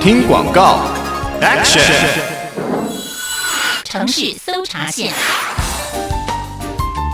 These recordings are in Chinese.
听广告，Action！城市搜查线。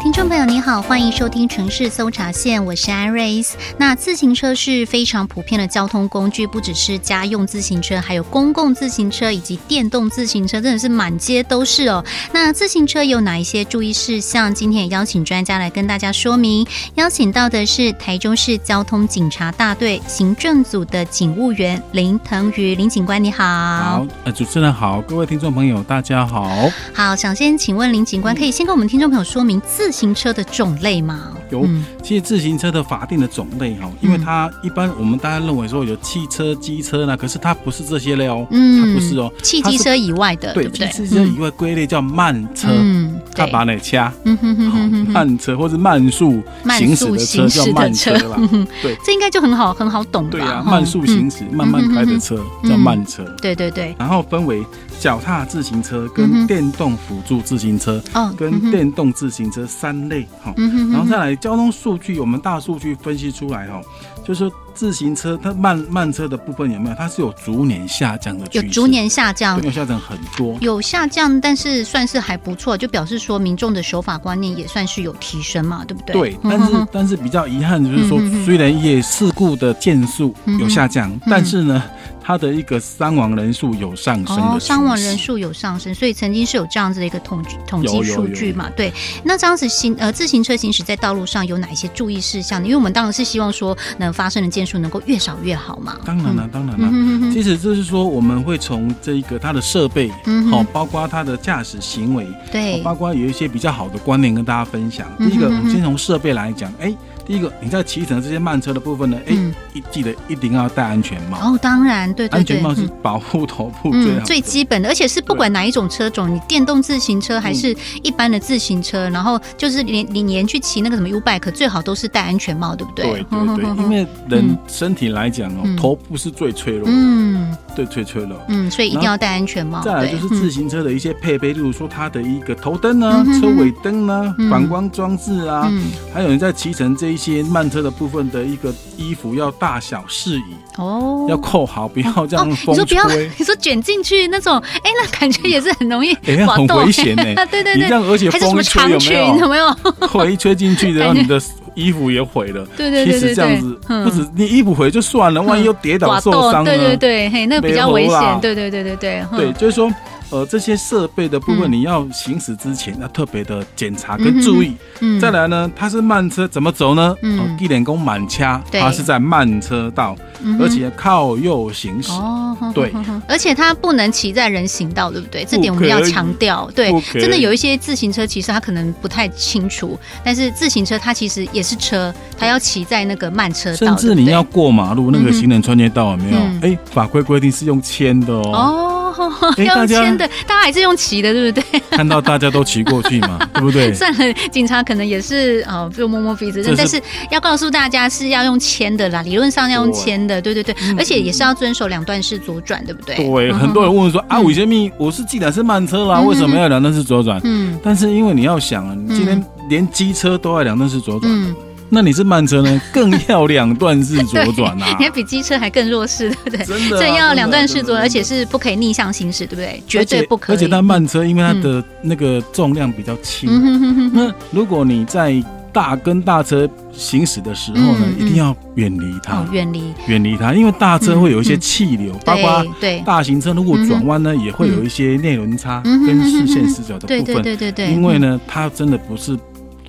听众朋友，你好，欢迎收听《城市搜查线》，我是 Iris。那自行车是非常普遍的交通工具，不只是家用自行车，还有公共自行车以及电动自行车，真的是满街都是哦。那自行车有哪一些注意事项？今天也邀请专家来跟大家说明。邀请到的是台中市交通警察大队行政组的警务员林腾宇林警官，你好。好，呃，主持人好，各位听众朋友，大 家好。好，想先请问林嗯警官，可以先跟我们听众朋友说明自行车的种类吗？嗯有，其实自行车的法定的种类哈，因为它一般我们大家认为说有汽车、机车呢，可是它不是这些类哦，它不是哦，汽机车以外的，对，嗯不对？汽车以外归类叫慢车，嗯，它对，把哪掐？嗯哼哼哼哼哼，慢车或是慢速行驶的车叫慢车啦， 这应该就很好很好嗯懂吧？对啊，哈慢速行，驶、慢慢开的车叫慢车。嗯对对对，然后分为脚踏自行车嗯哼跟电动辅助自行车，哦，嗯跟哼，电动自行车三类哈。嗯哼哼哼，然后再来交通数据，我们大数据分析出来哈，就是说自行车它慢慢车的部分有没有？它是有逐年下降的趋有势，逐年下降对。有下降很多。有下降，但是算是还不错，就表示说民众的守法观念也算是有提升嘛，对不对？对，嗯但哼是哼但是比较遗憾就是说嗯哼哼，嗯虽然也事故的件数有下降，但是呢，它的一个伤亡人数有上升的趋势。哦，伤亡人数有上升，所以曾经是有这样子的一个统计统计有有数据嘛？对，那这样子行呃自行车行驶在道路上有哪一些注意事项呢？因为我们当然是希望说能发生的件数能够越少越好嘛。当然了，当然嗯了。哼哼哼其实就是说，我们会从这一个它的设备，嗯哼好，包括它的驾驶行为，对，包括有一些比较好的观念跟大家分享。第嗯哼一个，我嗯哼们先从设备来讲，哎，第一个你在骑乘这些慢车的部分呢，哎嗯，一记得一定要戴安全帽，哦，当然，对对安全对，帽是嗯保护头部最好嗯的，最基本的，而且是不管哪一种车种，你电动自行车嗯还是一般的自行车，然后就是连你连去骑那个什么 U bike，最好都是戴安全帽，对不嗯对？对对对，因为人身体来讲哦嗯，头部是最脆弱的，嗯最最脆弱的。嗯，所以一定要戴安全帽。再来就是对自行车的一些配备，例如说它的一个头灯啊嗯哼、车尾灯啊嗯、反光装置啊，嗯还有你在骑乘这一些慢车的部分的一个衣服要大小适宜，哦，要扣好，不要这哦，样风你说不要吹，，你说卷进去那种，哎，那感觉也是很容易哎那滑很动，啊危险呢 对对你对，这样而且还是什风么一吹长有裙没有有？没有？风一吹进去， 然后感你的衣服也毁了。对对对对对其实这样子嗯不止你衣服毁就算了，万一又跌倒滑受动，伤对对了。对，嘿，那个比较危没有啦险，对对对对对，哼对，就是说，呃，这些设备的部分嗯你要行驶之前要特别的检查嗯哼跟注意。嗯再来呢，它是慢车怎么走呢？嗯哦，一点工满掐，对它是在慢车道，嗯哼而且靠右行驶。哦，哼对，哼哼而且它不能骑在人行道，对不对？这点我们不要可以强调。对不，可以真的有一些自行车其实它可能不太清楚，但是自行车它其实也是车，它要骑在那个慢车道，甚至对不你对要过马路，那嗯个哼行人穿越道有没有嗯？哎，法规规定是用牵的哦。哦，哎要大家牵的，大家还是用骑的，对不对？看到大家都骑过去 嘛，对不 对？算了，警察可能也是呃，就摸摸鼻子，这是但是要告诉大家是要用签的啦，理论上要用签的，对对对，而且也是要遵守两段式左转，对不对？嗯对，嗯很多人问说啊，我前面我是既然是慢车啦，嗯为什么要两段式左转？嗯但是因为你要想啊，你今天连机车都要两段式左转，嗯，那你是慢 车呢，更要两段式左转啊你！还 比机车还更弱势，对不对？真的啊，所以要两段式真左的转，啊而且是不可以逆向行驶，对不对？绝对不可以。而且它慢车，因为它嗯的那个重量比较嗯轻，哼哼哼哼，那如果你在大跟大车行驶的时候呢嗯，嗯一定要远离它哦，，远离，远离它，因为大车会有一些嗯嗯气流，包括对对嗯大型车如果转弯呢，也会有一些内轮差跟视线死角的对部对分。对对嗯对，因为呢，它真的不是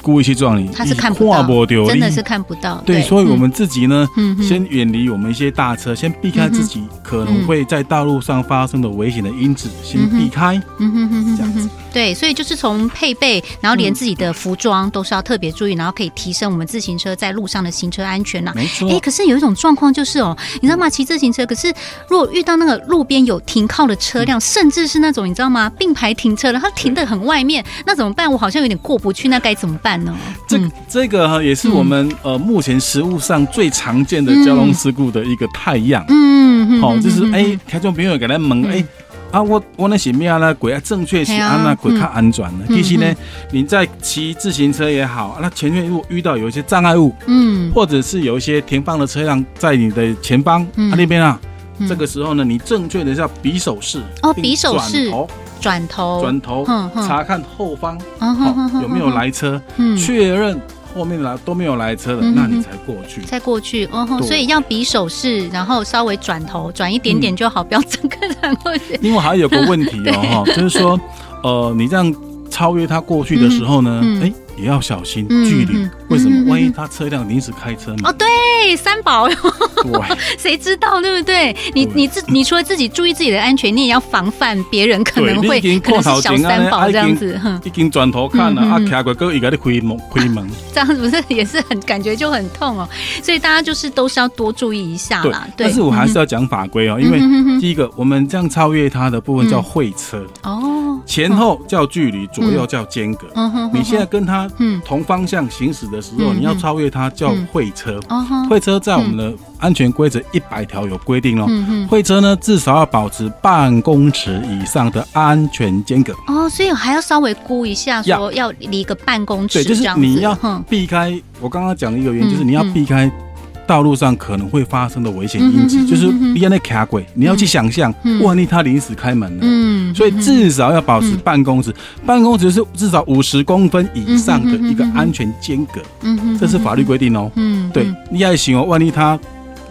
故意去撞你，它是看不到跨不丢，真的是看不到，对，所以我们自己呢，嗯哼先远离我们一些大车，先避开自己可能会在道路上发生的危险的因子，先避开。嗯哼哼哼这哼样哼子，对，所以就是从配备，然后连自己的服装都是要特别注意，然后可以提升我们自行车在路上的行车安全啦、没错哎、，可是有一种状况就是哦，你知道吗？骑自行车，可是如果遇到那个路边有停靠的车辆，甚至是那种你知道吗，并排停车的，它停得很外面，那怎么办？我好像有点过不去，那该怎么办呢？这嗯个这个哈也是我们呃目前实务上最常见的交通事故的一个太阳。嗯，嗯哦，嗯就是嗯嗯哎，听众朋友给咱问嗯哎、啊，我我那是咩啊啦鬼啊，正确是安那鬼嘿啊较安全呢？嗯其实呢，你在骑自行车也好，啊那前面如果遇到有一些障碍物，嗯，或者是有一些停放的车辆在你的前方，嗯啊那边啊，嗯这个时候呢，你正确的是要比手势哦并比手势转转头头，转头哼哼查看后方嗯哼哼哦哼有没有来车嗯，确认后面来都没有来车的，嗯哼那你才过去。再过去，哦吼，对所以要比手势，然后稍微转头，转一点点就好，不要整个转过去。另外还有个问 题对哦，哈，就是说，呃，你这样超越他过去的时候呢嗯，嗯哎，也要小心嗯距离嗯。为什嗯嗯嗯么？万一他车辆临时开车 哦，嘛，对，三宝， 对，谁知道对不对？你对你自你除了自己注意自己的安全，你也要防范别人可对，能你会已经可能过头是小前啊三啊宝已这样子，哼经，已经转头看了嗯嗯啊，嗯卡过哥一个在开门开门，这样子不是也是很感觉就很痛哦。所以大家就是都是要多注意一下对啊啦。。对，但是我还是要讲法规哦，因为嗯哼哼第一个，我们这样超越他的部分叫嗯会车，哦，前后叫距离，左右叫间隔。嗯哼，你现在跟他嗯同方向行驶的时候，嗯你要超越他叫嗯会车。哦哼，会车在我们的安全规则一百条有规定哦嗯嗯，会车呢至少要保持半公尺以上的安全间隔，哦，所以还要稍微估一下，要说要离个办公对，尺就这是样子，你要哼避开。我刚刚讲的一个原嗯因就是你要避开道路上可能会发生的危险因嗯嗯嗯子，嗯就是你要那卡轨，你要去想象，万一他临时开门了。嗯，所以至少要保持半公尺，半公尺是至少五十公分以上的一个安全间隔，嗯哼这是法律规定哦。嗯，对嗯，你要行哦，万一他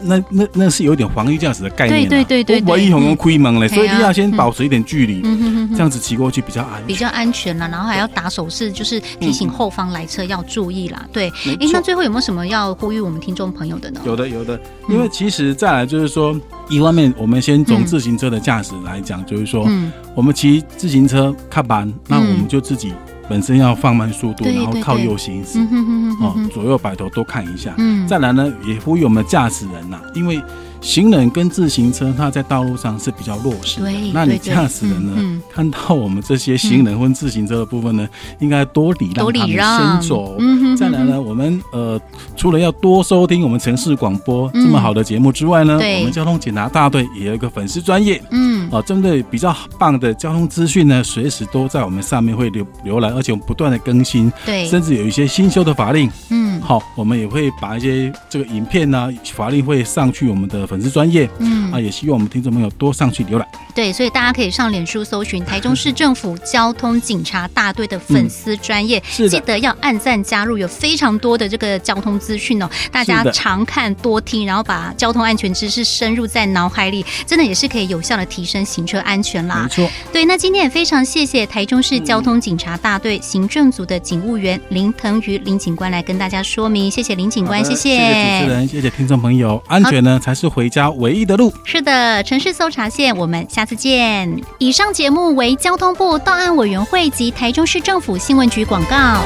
那那那是有点防御驾驶的概念、啊，对对对对对我万一红红亏门嘞，嗯所以你要先嗯保持一点距离，嗯哼哼哼这样子骑过去比较安比全。较安全嗯啦，然后还要打手势，就是提醒后方来车要注意啦。对，嗯没哎，错那最后有没有什么要呼吁我们听众朋友的呢？有的有的，因为其实再来就是说，一方面我们先从嗯自行车的驾驶来讲，就是说嗯，我们骑自行车看板，那我们就自己本身要放慢速度，对然后对靠对右行驶嗯，哼哼哼哦哼哼，左右摆头多看一下。嗯，再来呢，也呼吁我们驾驶人呐、因为行人跟自行车它在道路上是比较弱势的对，那你嗯对对驾驶人呢，嗯嗯看到我们这些行人或自行车的部分呢，应该多礼让多他礼们让先走。嗯哼再来呢，我们呃，除了要多收听我们城市广播嗯这么好的节目之外呢，对我们交通警察大队也有一个粉丝专业。嗯，啊，针对比较棒的交通资讯呢，随时都在我们上面会浏浏览，而且我们不断的更新，对，甚至有一些新修的法令，嗯好，我们也会把一些这个影片呢、法令会上去我们的粉丝专业嗯啊，，也希望我们听众朋友多上去浏览。对，所以大家可以上脸书搜寻台中市政府交通警察大队的粉丝专业，是的记得要按赞加入，有非常多的这个交通资讯哦，大家是的常看多听，然后把交通安全知识深入在脑海里，真的也是可以有效的提升行车安全啦没。错，对，那今天也非常谢谢台中市交通警察大队行政组的警务员林腾瑜林警官来跟大家说明，谢谢林警官，好的谢主持人，谢谢听众朋友，安全呢才是回家唯一的路。是的，城市搜查线，我们下次见。以上节目为交通部档案委员会及台中市政府新闻局广告。